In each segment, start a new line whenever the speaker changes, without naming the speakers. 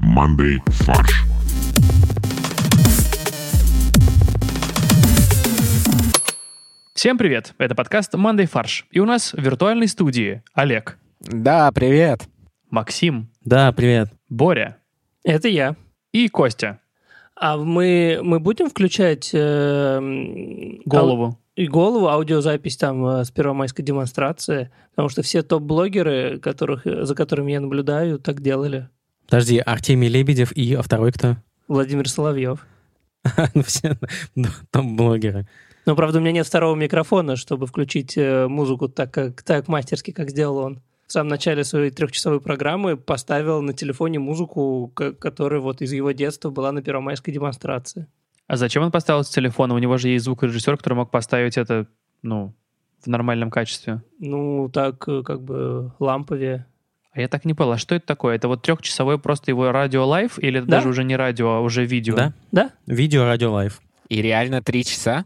Monday Fudge.
Всем привет! Это подкаст «Мандай фарш». И у нас в виртуальной студии Олег,
Да, привет.
Максим,
Да, привет.
Боря
Это я.
и Костя.
А мы, мы будем включать э, м, ау-
Голову.
и голову, аудиозапись там э, с первомайской демонстрации? Потому что все топ-блогеры, которых, э, за которыми я наблюдаю, так делали.
Подожди, Артемий Лебедев и а второй кто?
Владимир Соловьев.
Ну, все ну, там блогеры.
Но, правда, у меня нет второго микрофона, чтобы включить э, музыку так, как, так мастерски, как сделал он. В самом начале своей трехчасовой программы поставил на телефоне музыку, ко- которая вот из его детства была на первомайской демонстрации.
А зачем он поставил с телефона? У него же есть звукорежиссер, который мог поставить это, ну, в нормальном качестве.
Ну, так э, как бы ламповее.
А я так не понял, а что это такое? Это вот трехчасовой просто его радио-лайф или это
Да.
даже уже не радио, а уже видео?
Да.
Да?
Видео, радио, лайв.
И реально три часа?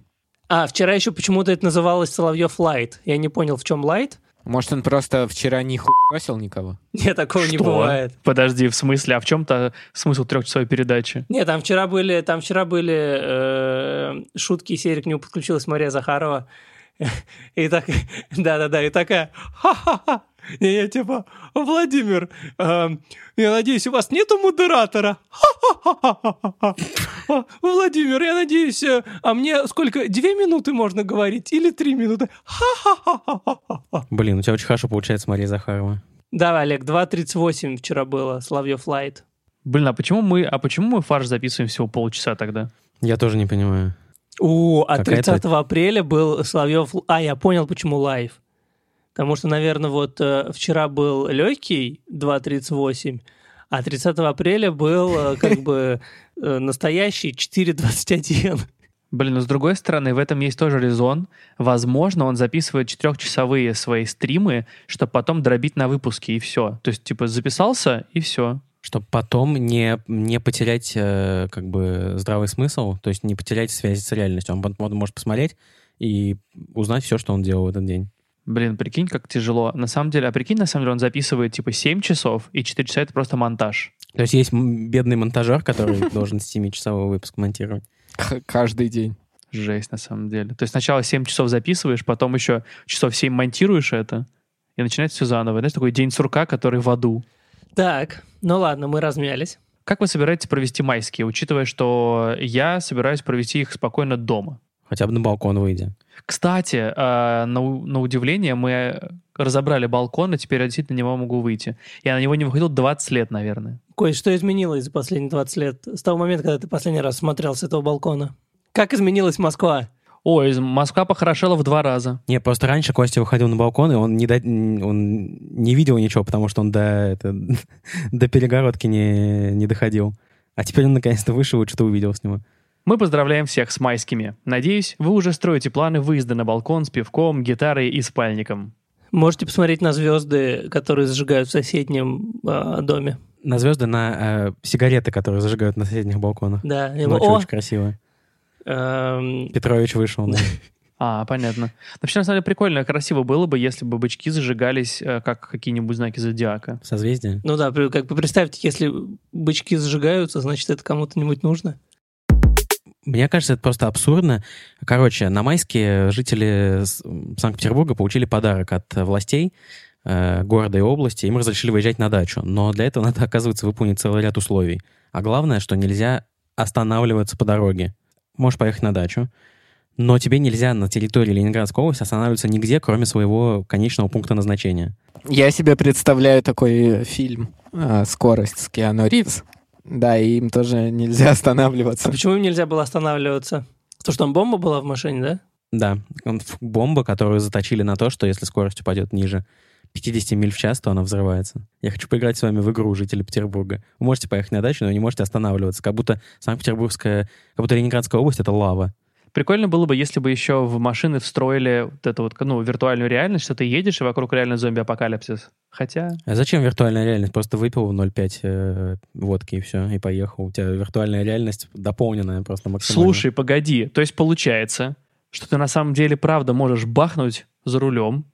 А, вчера еще почему-то это называлось Соловьев Лайт. Я не понял, в чем лайт.
Может, он просто вчера не хуесил никого?
Нет, такого не
Что?
бывает.
Подожди, в смысле? А в чем-то смысл трехчасовой передачи?
Нет, там вчера были, там вчера были э, шутки, серии к нему подключилась Мария Захарова. И так, да-да-да, и такая, ха-ха-ха, не, я типа, Владимир, эм, я надеюсь, у вас нету модератора? Ха-ха-ха-ха-ха-ха. А, Владимир, я надеюсь, э, а мне сколько, две минуты можно говорить или три минуты? Ха-ха-ха-ха-ха-ха.
Блин, у тебя очень хорошо получается, Мария Захарова.
Да, Олег, 2.38 вчера было, Славьев Лайт.
Блин, а почему мы, а почему мы фарш записываем всего полчаса тогда?
Я тоже не понимаю.
У, а
Какая
30 апреля был Соловьев... А, я понял, почему лайв. Потому что, наверное, вот э, вчера был легкий 2.38, а 30 апреля был э, как бы э, настоящий 4.21.
Блин, но с другой стороны, в этом есть тоже резон. Возможно, он записывает четырехчасовые свои стримы, чтобы потом дробить на выпуски, и все. То есть, типа, записался, и все.
Чтобы потом не, не потерять э, как бы здравый смысл, то есть не потерять связь с реальностью. Он, пот- он может посмотреть и узнать все, что он делал в этот день.
Блин, прикинь, как тяжело. На самом деле, а прикинь, на самом деле, он записывает, типа, 7 часов, и 4 часа — это просто монтаж.
То есть есть м- бедный монтажер, который должен 7-часовой выпуск монтировать.
К- каждый день.
Жесть, на самом деле. То есть сначала 7 часов записываешь, потом еще часов 7 монтируешь это, и начинается все заново. Знаешь, такой день сурка, который в аду.
Так, ну ладно, мы размялись.
Как вы собираетесь провести майские, учитывая, что я собираюсь провести их спокойно дома?
Хотя бы на балкон выйдя.
Кстати, э, на, у- на удивление мы э, разобрали балкон, и теперь я действительно на него могу выйти. Я на него не выходил 20 лет, наверное.
Кое-что изменилось за последние 20 лет, с того момента, когда ты последний раз смотрел с этого балкона. Как изменилась Москва?
О, из Москва похорошела в два раза.
Не, просто раньше Костя выходил на балкон, и он не, до- он не видел ничего, потому что он до, это, до перегородки не, не доходил. А теперь он наконец-то вышел и что-то увидел с него.
Мы поздравляем всех с майскими. Надеюсь, вы уже строите планы выезда на балкон с пивком, гитарой и спальником.
Можете посмотреть на звезды, которые зажигают в соседнем э, доме.
На звезды, на э, сигареты, которые зажигают на соседних балконах.
Да,
Ну,
и вы-
Ночью
о,
очень красиво.
эм,
Петрович вышел. да.
А, понятно. Вообще, на самом деле, прикольно, красиво было бы, если бы бычки зажигались э, как какие-нибудь знаки зодиака.
Созвездие.
Ну да, при- как бы представьте, если бычки зажигаются, значит, это кому-то-нибудь нужно.
Мне кажется, это просто абсурдно. Короче, на майские жители с- м, Санкт-Петербурга получили подарок от э, властей э, города и области. Им разрешили выезжать на дачу. Но для этого надо, оказывается, выполнить целый ряд условий. А главное, что нельзя останавливаться по дороге. Можешь поехать на дачу, но тебе нельзя на территории Ленинградской области останавливаться нигде, кроме своего конечного пункта назначения.
Я себе представляю такой фильм э, «Скорость» с Киану Ривз. Да, и им тоже нельзя
А
останавливаться.
почему им нельзя было останавливаться? Потому что там бомба была в машине, да?
Да, м, ф- бомба, которую заточили на то, что если скорость упадет ниже 50 миль в час, то она взрывается. Я хочу поиграть с вами в игру жители Петербурга. Вы можете поехать на дачу, но не можете останавливаться. Как будто Санкт-Петербургская, как будто Ленинградская область — это лава.
Прикольно было бы, если бы еще в машины встроили вот эту вот, ну, виртуальную реальность, что ты едешь, и вокруг реально зомби-апокалипсис. Хотя...
А зачем виртуальная реальность? Просто выпил 0,5 э, водки и все, и поехал. У тебя виртуальная реальность дополненная просто максимально.
Слушай, погоди. То есть получается, что ты на самом деле правда можешь бахнуть за рулем,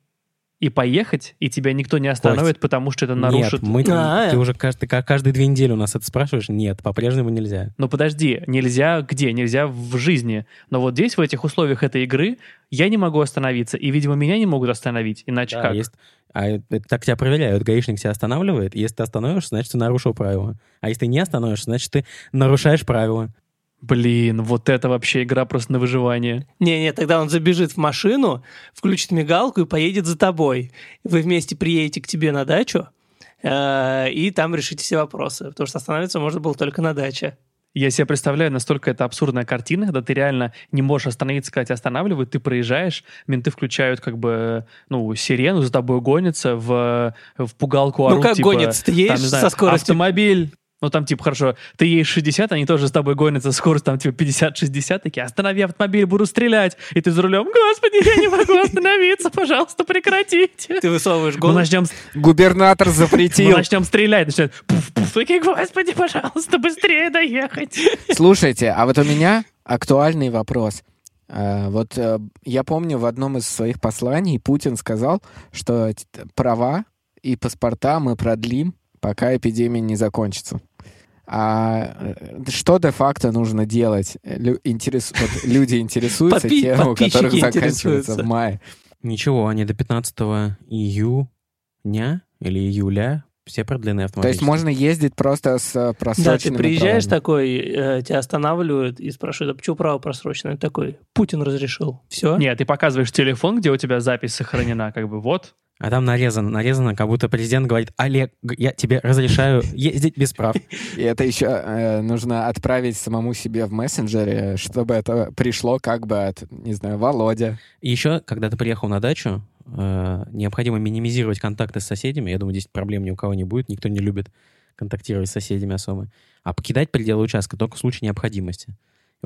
и поехать, и тебя никто не остановит, потому что это нарушит.
Нет, мы,
А,
ты
э.
уже каждый, ка- каждые две недели у нас это спрашиваешь. Нет, по-прежнему нельзя.
Но подожди, нельзя где? Нельзя в жизни. Но вот здесь, в этих условиях этой игры, я не могу остановиться, и, видимо, меня не могут остановить, иначе
Да,
как?
есть- а это так тебя проверяют. Гаишник тебя останавливает. и Если ты остановишься, значит, ты нарушил правила. А если ты не остановишься, значит, ты нарушаешь правила.
Блин, вот это вообще игра просто на выживание.
Не-не, тогда он забежит в машину, включит мигалку и поедет за тобой. Вы вместе приедете к тебе на дачу, э, и там решите все вопросы, потому что остановиться можно было только на даче.
Я себе представляю, настолько это абсурдная картина, когда ты реально не можешь остановиться, когда тебя останавливают, ты проезжаешь, менты включают как бы, ну, сирену, за тобой гонятся, в, в пугалку орут,
ну как
типа,
гонится? Ты
там,
едешь
не знаю,
со скоростью?
автомобиль. Ну, там, типа, хорошо, ты едешь 60, они тоже с тобой гонятся, скорость там, типа, 50-60, такие, останови автомобиль, буду стрелять. И ты за рулем, господи, я не могу остановиться, пожалуйста, прекратите.
Ты высовываешь
Мы
голову.
начнем,
Губернатор
мы
запретил.
начнем стрелять, начинают, пуф-пуф, такие, господи, пожалуйста, быстрее доехать.
Слушайте, а вот у меня актуальный вопрос. Э, Вот э, я помню в одном из своих посланий Путин сказал, что т- права и паспорта мы продлим, пока эпидемия не закончится. А э, что де-факто нужно делать? Лю- интерес- вот люди интересуются
Подпи-
тем, у которых
подписчики
заканчивается
интересуются.
в мае.
Ничего, они до 15 июня или июля все
То
продлены
есть
автоматически.
можно ездить просто с э,
Да, ты
просроченными
приезжаешь
правами.
такой, э, тебя останавливают и спрашивают, а почему право просрочено? Ты такой, Путин разрешил. Все.
Нет, ты показываешь телефон, где у тебя запись сохранена, как бы, вот.
А там нарезано, нарезано, как будто президент говорит, Олег, г- я тебе разрешаю ездить без прав.
И это еще э, нужно отправить самому себе в мессенджере, чтобы это пришло как бы от, не знаю, Володя.
И еще, когда ты приехал на дачу, э, необходимо минимизировать контакты с соседями. Я думаю, здесь проблем ни у кого не будет. Никто не любит контактировать с соседями особо. А покидать пределы участка только в случае необходимости. И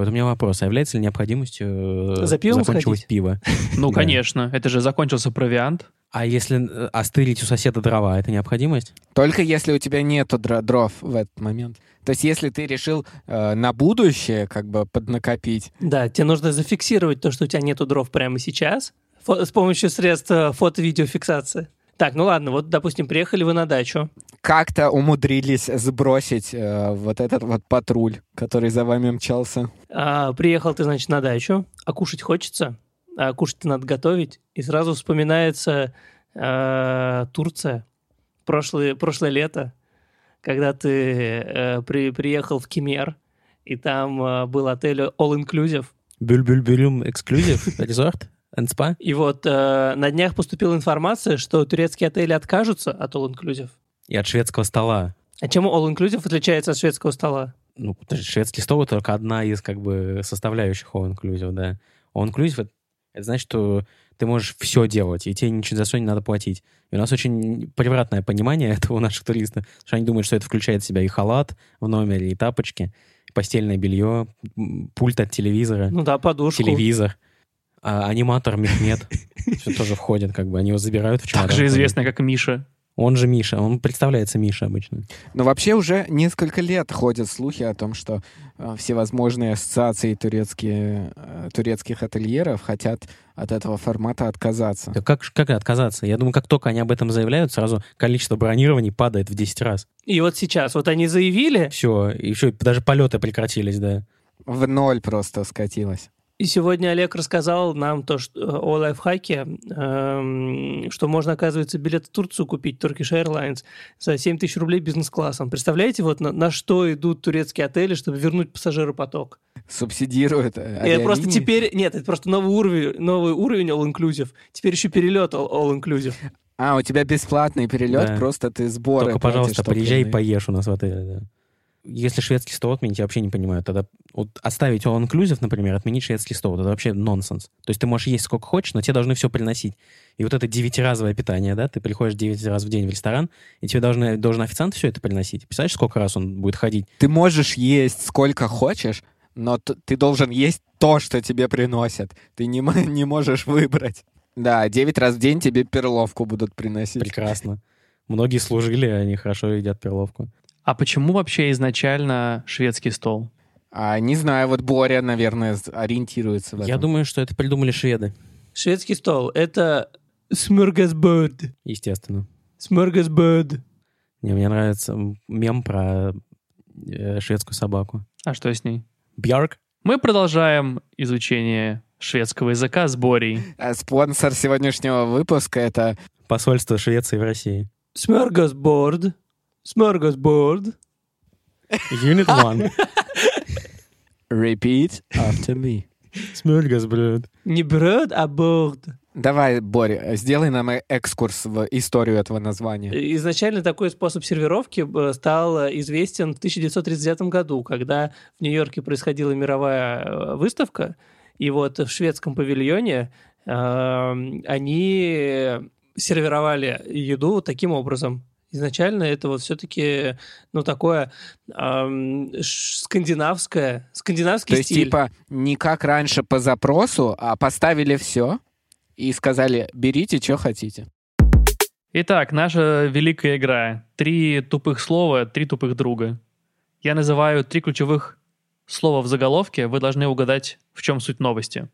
вот у меня вопрос, а является ли необходимостью э,
За пивом
закончилось
сходить?
пиво?
Ну,
Да.
конечно, это же закончился провиант.
А если э, остырить у соседа дрова, это необходимость?
Только если у тебя нету дро- дров в этот момент. То есть если ты решил э, на будущее как бы поднакопить,
Да, тебе нужно зафиксировать то, что у тебя нету дров прямо сейчас фо- с помощью средств э, фото-видеофиксации. Так, ну ладно, вот, допустим, приехали вы на дачу.
как-то умудрились сбросить э, вот этот вот патруль, который за вами мчался.
А, приехал ты, значит, на дачу, а кушать хочется, а кушать надо готовить, и сразу вспоминается э, Турция, прошлое, прошлое лето, когда ты э, при, приехал в Кемер, и там э, был отель All Inclusive,
Бюль-бюль-бюлюм эксклюзив, резорт, and spa?
и вот э, на днях поступила информация, что турецкие отели откажутся от All Inclusive.
И от шведского стола.
А чем All Inclusive отличается от шведского стола?
Ну, подожди, шведский стол — это только одна из, как бы, составляющих all inclusive, да. All inclusive — это значит, что ты можешь все делать, и тебе ничего за все не надо платить. И у нас очень превратное понимание этого у наших туристов, что они думают, что это включает в себя и халат в номере, и тапочки, и постельное белье, м, пульт от телевизора,
Ну да, подушку.
телевизор, а, аниматор Мехмед. Все тоже входит, как бы, они его забирают в чемодан.
Так же известно, как Миша.
Он же Миша, он представляется Миша обычно.
Но вообще уже несколько лет ходят слухи о том, что э, всевозможные ассоциации турецкие, э, турецких ательеров хотят от этого формата отказаться.
Да Как, ж- как отказаться? Я думаю, как только они об этом заявляют, сразу количество бронирований падает в 10 раз.
И вот сейчас, вот они заявили,
Все, еще даже полеты прекратились, да.
В ноль просто скатилось.
И сегодня Олег рассказал нам то, что, э, о лайфхаке, эм, что можно, оказывается, билет в Турцию купить, Turkish Airlines, за 7 тысяч рублей бизнес-классом. Представляете, вот на, на что идут турецкие отели, чтобы вернуть пассажиропоток?
Субсидирует э,
И это просто
авиалинии.
теперь... Нет, это просто новый уровень, новый уровень all-inclusive. Теперь еще перелет all- all-inclusive.
А, у тебя бесплатный перелет,
Да.
просто ты сборы.
только,
платишь,
пожалуйста,
чтоб
приезжай и
вернуть.
поешь у нас в отеле, да. Если шведский стол отменить, я вообще не понимаю. Тогда вот оставить all inclusive, например, отменить шведский стол, это вообще нонсенс. То есть ты можешь есть сколько хочешь, но тебе должны все приносить. И вот это девятиразовое питание, да, ты приходишь 9 раз в день в ресторан, и тебе должны, должен официант все это приносить. Представляешь, сколько раз он будет ходить?
Ты можешь есть сколько хочешь, но т- ты должен есть то, что тебе приносят. Ты не, м- не можешь выбрать. Да, 9 раз в день тебе перловку будут приносить.
Прекрасно. Многие служили, они хорошо едят перловку.
А почему вообще изначально шведский стол?
А, не знаю, вот Боря, наверное, с- ориентируется в этом.
Я думаю, что это придумали шведы.
Шведский стол — это Сморгасборд.
естественно.
Сморгасборд.
Не, мне нравится м, мем про э, шведскую собаку.
А что с ней?
Бьорк.
Мы продолжаем изучение шведского языка с Борей.
А Спонсор сегодняшнего выпуска — это
Посольство Швеции в России.
Сморгасборд. Сморгасборд.
Unit One.
Repeat After Me.
Не брод, а борд.
Давай, Боря, сделай нам э- экскурс в историю этого названия.
Изначально такой способ сервировки э, стал э, известен в 1939 году, когда в Нью-Йорке происходила мировая э, выставка, и вот в шведском павильоне э, они сервировали еду таким образом. Изначально это вот все-таки, ну, такое эм, ш- скандинавское, скандинавский
То есть,
стиль.
типа, не как раньше по запросу, а поставили все и сказали, берите, что хотите.
Итак, наша великая игра. Три тупых слова, три тупых друга. Я называю три ключевых слова в заголовке. Вы должны угадать, в чем суть новости.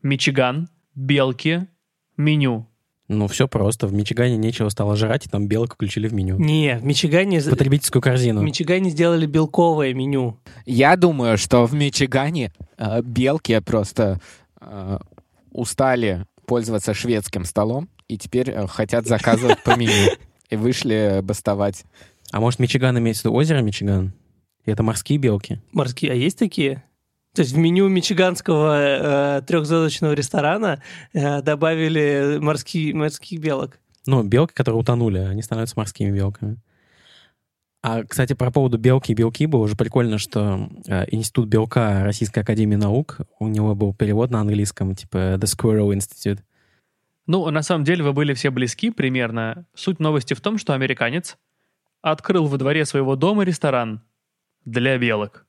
Мичиган, белки, меню.
Ну, все просто. В Мичигане нечего стало жрать, и там белок включили в меню.
Не, в Мичигане... за-
Потребительскую
В
корзину.
Мичигане сделали белковое меню.
Я думаю, что в Мичигане э, белки просто э, устали пользоваться шведским столом и теперь э, хотят заказывать по меню. И вышли бастовать.
А может, Мичиган имеется в виду озеро Мичиган? И это морские белки.
Морские, а есть такие? То есть в меню мичиганского э, трехзвездочного ресторана э, добавили морские, морских белок.
Ну, белки, которые утонули, они становятся морскими белками. А, кстати, про поводу белки и белки было уже прикольно, что э, Институт белка Российской Академии Наук, у него был перевод на английском, типа The Squirrel Institute.
Ну, на самом деле вы были все близки примерно. Суть новости в том, что американец открыл во дворе своего дома ресторан для белок.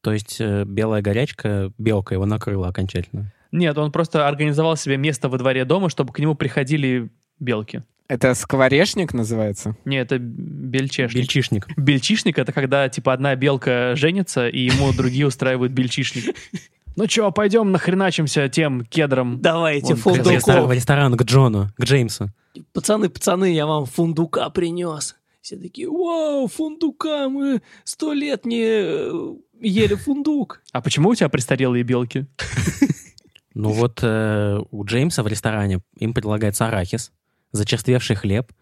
То есть э, белая горячка, белка его накрыла окончательно.
Нет, он просто организовал себе место во дворе дома, чтобы к нему приходили белки.
Это скворечник называется?
Не, это бельчешник.
Бельчишник.
Бельчишник — это когда, типа, одна белка женится, и ему другие устраивают бельчишник. Ну чё, пойдем нахреначимся тем кедром.
Давайте
Вон, Фундуков.
В ресторан, в
фундуков.
ресторан к Джону, к Джеймсу.
Пацаны, пацаны, я вам фундука принес. Все такие, вау, фундука, мы сто лет не э, ели фундук.
А почему у тебя престарелые белки?
Ну вот э, у Джеймса в ресторане им предлагается арахис, зачерствевший хлеб,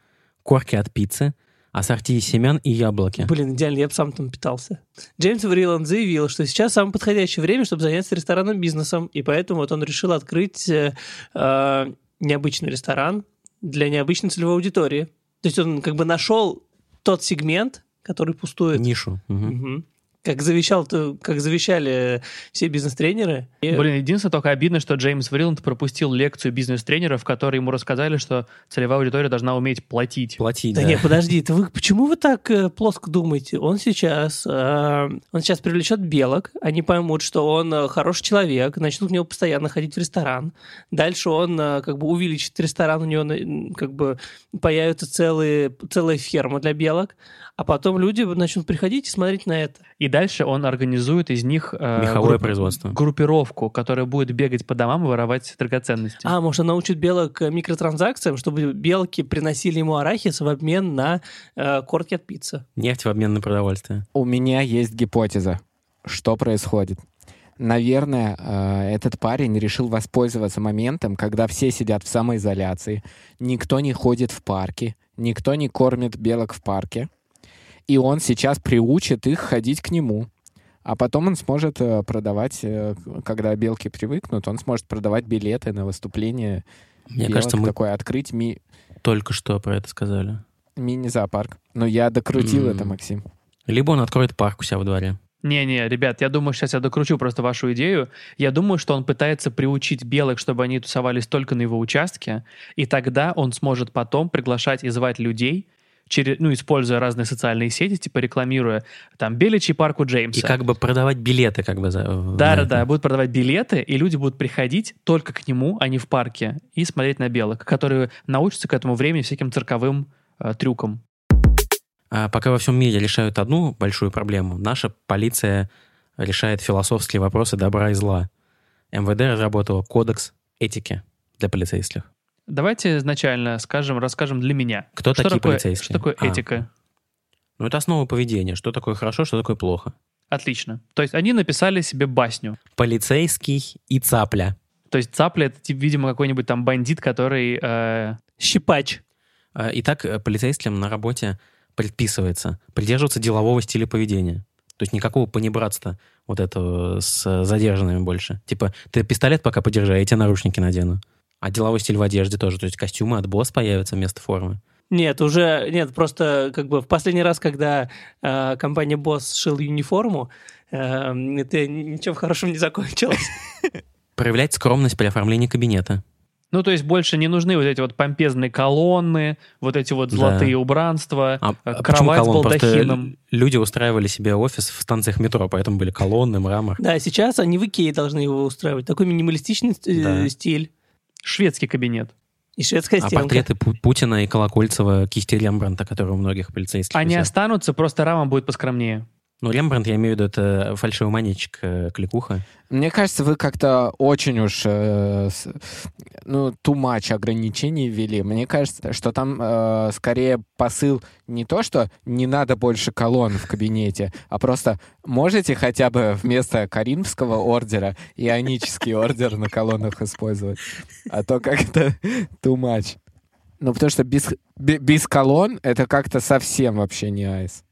корки от пиццы, ассорти из семян и яблоки.
Блин, идеально, я бы сам там питался. Джеймс Вриланд заявил, что сейчас самое подходящее время, чтобы заняться ресторанным бизнесом, и поэтому вот он решил открыть э, э, необычный ресторан для необычной целевой аудитории. То есть он как бы нашел тот сегмент, который пустует.
Нишу. Мгм.
Мгм. Как, завещал, то- как завещали все бизнес-тренеры. И-
Блин, единственное только обидно, что Джеймс Вриланд пропустил лекцию бизнес-тренера, в которой ему рассказали, что целевая аудитория должна уметь платить.
Плати,
Да,
да.
не, подожди, это вы, почему вы так э, плоско думаете? Он сейчас, э, он сейчас привлечет белок, они поймут, что он э, хороший человек, начнут к нему постоянно ходить в ресторан. Дальше он э, как бы увеличит ресторан, у него на- м, как бы появится целые, целая ферма для белок, а потом люди начнут приходить и смотреть на это.
И дальше он организует из них... э,
Меховое
групп-
производство.
группировку, которая будет бегать по домам и воровать драгоценности.
А, может, он научит белок э, микротранзакциям, чтобы белки приносили ему арахис в обмен на э, корки от пиццы.
Нефть в обмен на продовольствие.
У меня есть гипотеза, что происходит. Наверное, э, этот парень решил воспользоваться моментом, когда все сидят в самоизоляции, никто не ходит в парки, никто не кормит белок в парке, и он сейчас приучит их ходить к нему. А потом он сможет э, продавать, э, когда белки привыкнут, он сможет продавать билеты на выступление.
Мне
белок,
кажется, мы
такой открыть ми-
только что про это сказали.
мини-зоопарк. Но я докрутил
М.
это, Максим.
Либо он откроет парк у себя во дворе.
Не-не, ребят, я думаю, сейчас я докручу просто вашу идею. Я думаю, что он пытается приучить белок, чтобы они тусовались только на его участке, и тогда он сможет потом приглашать и звать людей, через, ну, используя разные социальные сети, типа рекламируя там Беличий парк у Джеймса.
И как бы продавать билеты как бы за... на это.
Да-да-да, будут продавать билеты, и люди будут приходить только к нему, а не в парке, и смотреть на белок, которые научатся к этому времени всяким цирковым э, трюкам.
А пока во всем мире решают одну большую проблему, наша полиция решает философские вопросы добра и зла. МВД разработала кодекс этики для полицейских.
Давайте изначально скажем, расскажем для меня.
Кто
что
такие
такое,
полицейские?
Что такое
А,
этика?
Ну, это основа поведения. Что такое хорошо, что такое плохо.
Отлично. То есть они написали себе басню.
Полицейский и цапля.
То есть цапля это, типа, видимо, какой-нибудь там бандит, который... э,
Щипач.
А, Итак, э, полицейским на работе предписывается придерживаться делового стиля поведения. То есть никакого понебратства вот этого с э, задержанными больше. Типа, ты пистолет пока подержи, а я тебе наручники надену. А деловой стиль в одежде тоже. То есть костюмы от босс появятся вместо формы.
Нет, уже нет, просто как бы в последний раз, когда э, компания Босс шил юниформу, э, это ничем хорошим не закончилось.
Проявлять скромность при оформлении кабинета.
Ну, то есть больше не нужны вот эти вот помпезные колонны, вот эти вот
Да.
золотые убранства,
А,
э,
а почему
кровать с
колонн? Просто
балдахином.
л- люди устраивали себе офис в станциях метро, поэтому были колонны, мрамор.
Да, сейчас они в Икее должны его устраивать. Такой минималистичный ст- э,
Да.
стиль
Шведский кабинет.
и шведская
А
стенка.
портреты Пу- Путина и Колокольцева, кисти Рембрандта, которые у многих полицейских
Они
висят.
останутся, просто рама будет поскромнее.
Ну, Рембрандт, я имею в виду, это фальшивый манечек, э, кликуха.
Мне кажется, вы как-то очень уж э, с- ну too much ограничений ввели. Мне кажется, что там э, скорее посыл не то, что не надо больше колонн в кабинете, а просто можете хотя бы вместо Каримского ордера ионический ордер на колоннах использовать, а то как-то too much. Ну потому что без бе- без колонн это как-то совсем вообще не айс.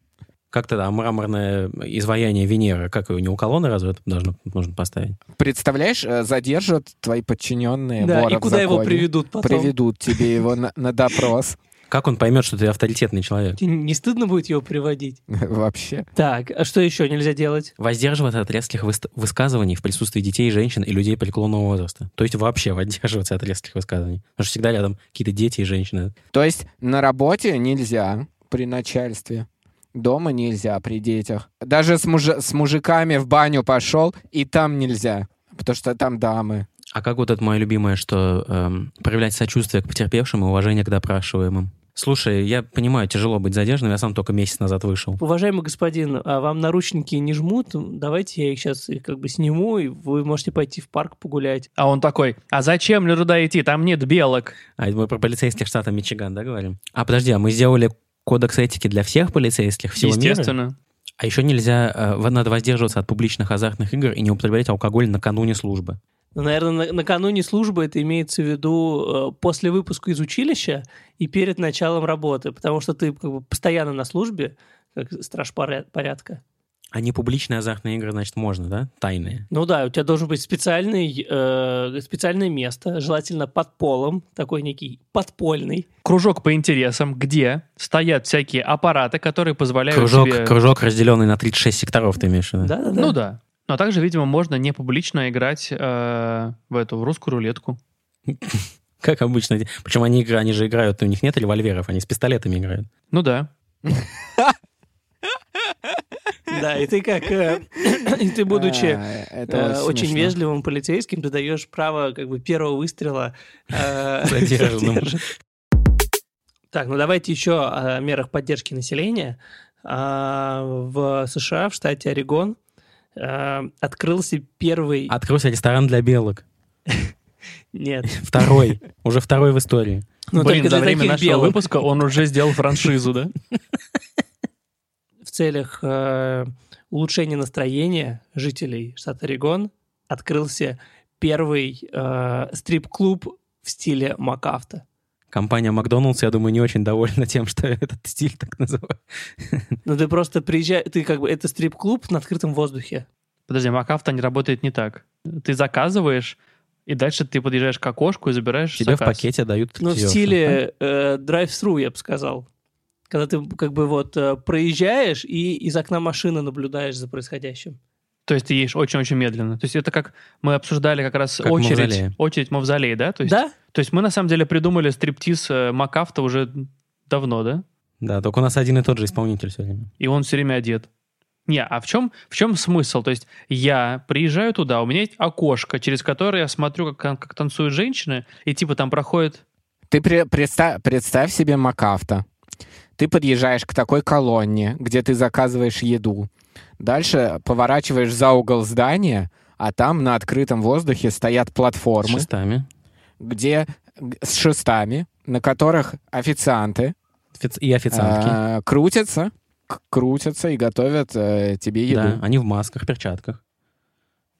Как-то да, мраморное изваяние Венеры, как ее не у колонны разве это должно, нужно поставить?
Представляешь, э, задержат твои подчиненные
Да,
вора
и
в
куда его
законе.
приведут потом?
приведут тебе его на, на допрос
Как он поймет, что ты авторитетный человек?
Тебе Не стыдно будет его приводить?
вообще.
Так, а что еще нельзя делать?
Воздерживаться от резких выст- высказываний в присутствии детей, женщин и людей преклонного возраста. То есть вообще воздерживаться от резких высказываний. Потому что всегда рядом какие-то дети и женщины.
То есть на работе нельзя при начальстве, дома нельзя при детях. Даже с, мужи- с мужиками в баню пошел, и там нельзя, потому что там дамы.
А как вот это мое любимое, что эм, проявлять сочувствие к потерпевшим и уважение к допрашиваемым? Слушай, я понимаю, тяжело быть задержанным, я сам только месяц назад вышел.
Уважаемый господин, а вам наручники не жмут? Давайте я их сейчас их как бы сниму, и вы можете пойти в парк погулять.
А он такой, а зачем мне туда идти? Там нет белок.
А это мы про полицейских штата Мичиган, да, говорим? А, подожди, а мы сделали кодекс этики для всех полицейских всего мира?
Естественно.
А еще нельзя, э, в- надо воздерживаться от публичных азартных игр и не употреблять алкоголь накануне службы.
Ну, наверное, на- накануне службы это имеется в виду э, после выпуска из училища и перед началом работы, потому что ты как бы постоянно на службе, как страж поря- порядка.
А не публичные азартные игры, значит, можно, да? Тайные.
Ну да, у тебя должен быть специальный, э, специальное место, желательно под полом, такой некий подпольный.
кружок по интересам, где стоят всякие аппараты, которые позволяют
Кружок,
тебе...
кружок, разделенный на 36 секторов, ты имеешь в виду?
Да-да-да.
Ну да. Но также, видимо, можно не публично играть э, в эту в русскую рулетку.
Как обычно. Причем они, игра- они же играют, у них нет револьверов, они с пистолетами играют.
Ну да.
Да, и ты как, э, и ты будучи
А, это
э, очень
смешно.
вежливым полицейским, ты даешь право как бы первого выстрела э,
Задержанному.
задержан. Так, ну давайте еще о мерах поддержки населения. А, В США, в штате Орегон, э, открылся первый...
Открылся ресторан для белок.
Нет,
Второй. Уже второй в истории.
ну
Блин,
только
за
для
время
таких
нашего
белых.
выпуска он уже сделал франшизу, да?
В целях э, улучшения настроения жителей штата Орегон открылся первый э, стрип-клуб в стиле МакАвто.
Компания Макдоналдс, я думаю, не очень довольна тем, что этот стиль так называют.
Ну ты просто приезжаешь, ты как бы, это стрип-клуб на открытом воздухе.
Подожди, МакАвто не работает не так. Ты заказываешь, и дальше ты подъезжаешь к окошку и забираешь
Тебе в
заказ.
пакете дают...
Ну, в
всё.
стиле э, драйв-сру, я бы сказал. Когда ты как бы вот э, проезжаешь и из окна машины наблюдаешь за происходящим.
То есть ты едешь очень-очень медленно. То есть это как мы обсуждали как раз
Как
очередь,
мавзолей.
очередь мавзолей, да? То есть,
да?
то есть мы на самом деле придумали стриптиз э, МакАвто уже давно, да?
Да, только у нас один и тот же исполнитель все время.
и он все время одет. Не, а в чем, в чем смысл? То есть я приезжаю туда, у меня есть окошко, через которое я смотрю, как, как танцуют женщины, и типа там проходит...
Ты пре- представь, представь себе МакАвто. Ты подъезжаешь к такой колонне, где ты заказываешь еду. Дальше поворачиваешь за угол здания, а там на открытом воздухе стоят
С
платформы,
шестами.
где г- с шестами, на которых официанты
Офиц- И официантки.
а, крутятся, к- крутятся и готовят э, тебе еду.
Да, они в масках, перчатках.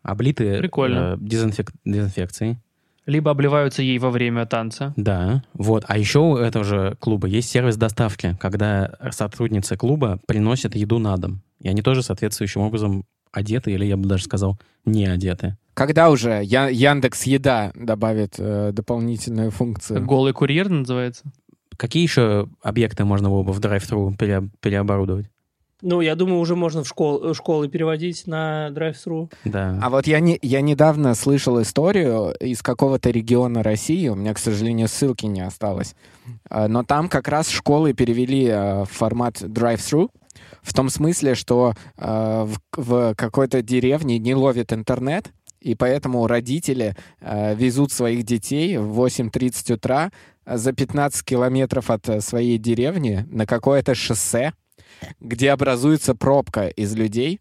Облиты
Прикольно.
э, дезинфек- дезинфекцией.
Либо обливаются ей во время танца.
Да, вот. А еще у этого же клуба есть сервис доставки, когда сотрудницы клуба приносят еду на дом. И они тоже соответствующим образом одеты, или я бы даже сказал, не одеты.
Когда уже Я- Яндекс Еда добавит э, дополнительную функцию?
Голый курьер называется.
Какие еще объекты можно было бы в драйв-тру пере- переоборудовать?
Ну, я думаю, уже можно в школ- э, школы переводить на драйв-сру.
Да.
А вот я, не, я недавно слышал историю из какого-то региона России, у меня, к сожалению, ссылки не осталось, А, но там как раз школы перевели э, в формат drive-thru, в том смысле, что э, в, в какой-то деревне не ловит интернет, и поэтому родители э, везут своих детей в 8.30 утра за 15 километров от э, своей деревни на какое-то шоссе, где образуется пробка из людей,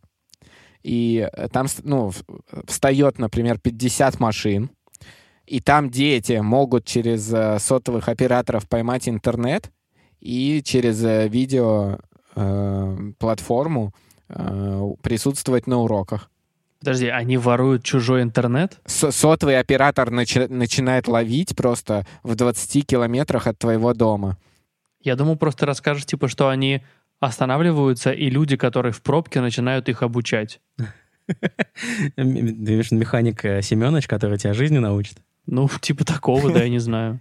и э, там с- ну, в- встает, например, 50 машин, и там дети могут через э, сотовых операторов поймать интернет и через э, видеоплатформу э, присутствовать на уроках.
Подожди, они воруют чужой интернет?
Со- Сотовый оператор начи- начинает ловить просто в 20 километрах от твоего дома.
Я думал, просто расскажешь, типа, что они останавливаются, и люди, которые в пробке, начинают их обучать.
М- м- ты видишь, механик э, Семенович, который тебя жизни научит.
Ну, типа такого, да, я не знаю.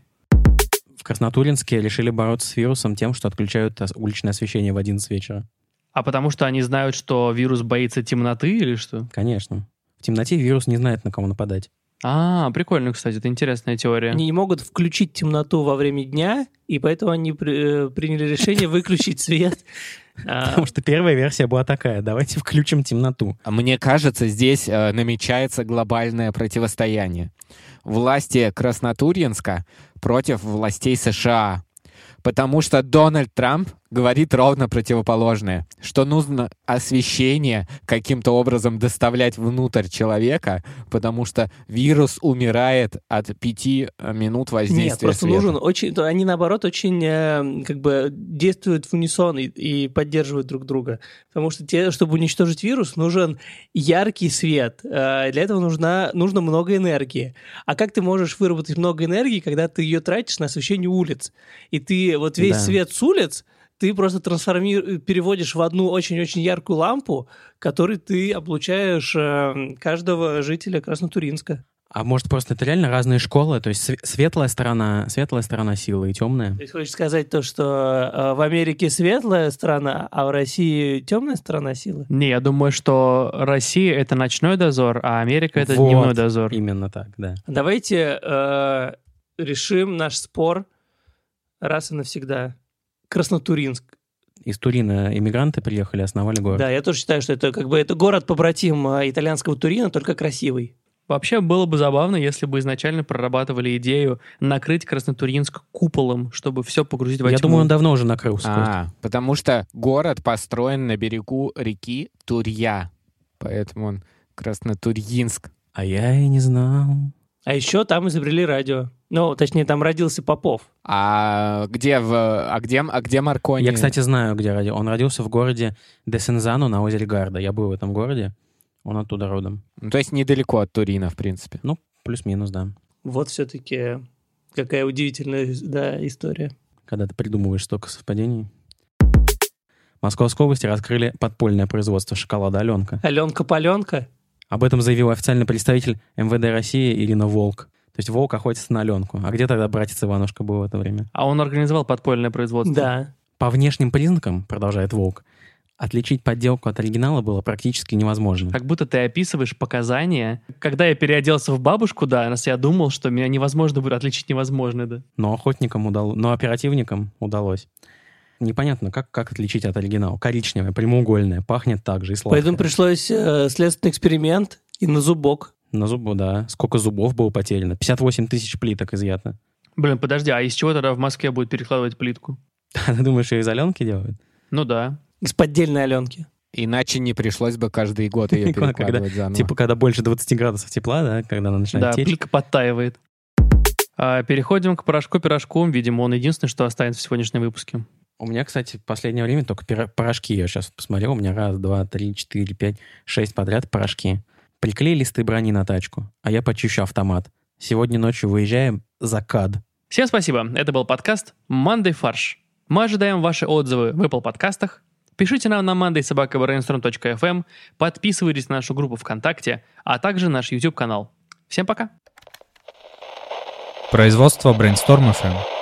В Краснотуринске решили бороться с вирусом тем, что отключают ос- уличное освещение в 11 вечера.
А потому что они знают, что вирус боится темноты или что?
Конечно. В темноте вирус не знает, на кого нападать.
А, прикольно, кстати, это интересная теория.
Они не могут включить темноту во время дня, и поэтому они при- э, приняли решение выключить свет. А,
Потому что первая версия была такая. Давайте включим темноту.
А Мне кажется, здесь э, намечается глобальное противостояние. Власти Краснотурьинска против властей США. Потому что Дональд Трамп говорит ровно противоположное, что нужно освещение каким-то образом доставлять внутрь человека, потому что вирус умирает от пяти э, минут воздействия
Нет, просто
света.
нужен очень... то Они, наоборот, очень э, как бы действуют в унисон и, и поддерживают друг друга. Потому что, те, чтобы уничтожить вирус, нужен яркий свет. Э, для этого нужна, нужно много энергии. А как ты можешь выработать много энергии, когда ты ее тратишь на освещение улиц? И ты вот весь
Да.
свет с улиц ты просто трансформируешь, переводишь в одну очень-очень яркую лампу, которой ты облучаешь э, каждого жителя Краснотуринска.
А может, просто это реально разные школы? То есть све- светлая сторона, светлая сторона силы и темная?
То есть хочешь сказать то, что э, в Америке светлая страна, а в России темная сторона силы?
Не, я думаю, что Россия — это ночной дозор, а Америка — это
Вот.
дневной дозор.
Именно так, да.
Давайте э, решим наш спор раз и навсегда. Краснотуринск.
Из Турина иммигранты приехали, основали город.
Да, я тоже считаю, что это как бы это город побратим э, итальянского Турина, только красивый.
Вообще было бы забавно, если бы изначально прорабатывали идею накрыть Краснотурьинск куполом, чтобы все погрузить во
Я
тьму.
думаю, он давно уже накрылся. просто.
А, потому что город построен на берегу реки Турья. Поэтому он Краснотурьинск.
А я и не знал.
А еще там изобрели радио. Ну, точнее, там родился Попов.
А где в а где а где Маркони?
Я, кстати, знаю, где родился. Он родился в городе Десензано на озере Гарда. Я был в этом городе. Он оттуда родом.
Ну, то есть недалеко от Турина, в принципе.
Плюс-минус, да.
Вот все-таки какая удивительная да, история.
Когда ты придумываешь столько совпадений. В Московской области раскрыли подпольное производство шоколада «Аленка».
Аленка-паленка.
Об этом заявил официальный представитель МВД России Ирина Волк. То есть Волк охотится на Аленку. А где тогда братец Иванушка был в это время?
А он организовал подпольное производство.
Да.
По внешним признакам, продолжает Волк, отличить подделку от оригинала было практически невозможно.
Как будто ты описываешь показания. Когда я переоделся в бабушку, да, раз я думал, что меня невозможно будет отличить невозможно, да.
Но охотникам удалось, но оперативникам удалось. Непонятно, как, как отличить от оригинала. Коричневое, прямоугольное, пахнет так же и сладкое.
Поэтому пришлось э, следственный эксперимент и на зубок.
На зубу, да. Сколько зубов было потеряно? 58 тысяч плиток изъято.
Блин, подожди, а из чего тогда в Москве будет перекладывать плитку?
А ты думаешь, ее из Аленки делают?
Ну да.
Из поддельной Аленки.
Иначе не пришлось бы каждый год ее
Типа, Когда-
перекладывать заново.
Типа, когда больше 20 градусов тепла, Ну. да, когда она начинает
да,
течь.
плитка подтаивает. А, Переходим к порошку-пирожку. Видимо, он единственный, что останется в сегодняшнем выпуске.
У меня, кстати, в последнее время только пира- порошки. Я сейчас посмотрел, у меня раз, два, три, четыре, пять, шесть подряд порошки. Приклей листы брони на тачку, а я почищу автомат. Сегодня ночью выезжаем за кад.
Всем спасибо. Это был подкаст «Мандай фарш». Мы ожидаем ваши отзывы в Apple подкастах. Пишите нам на mandaysobakabrainstorm.fm, эм. подписывайтесь на нашу группу ВКонтакте, а также наш YouTube-канал. Всем пока!
Производство Brainstorm FM.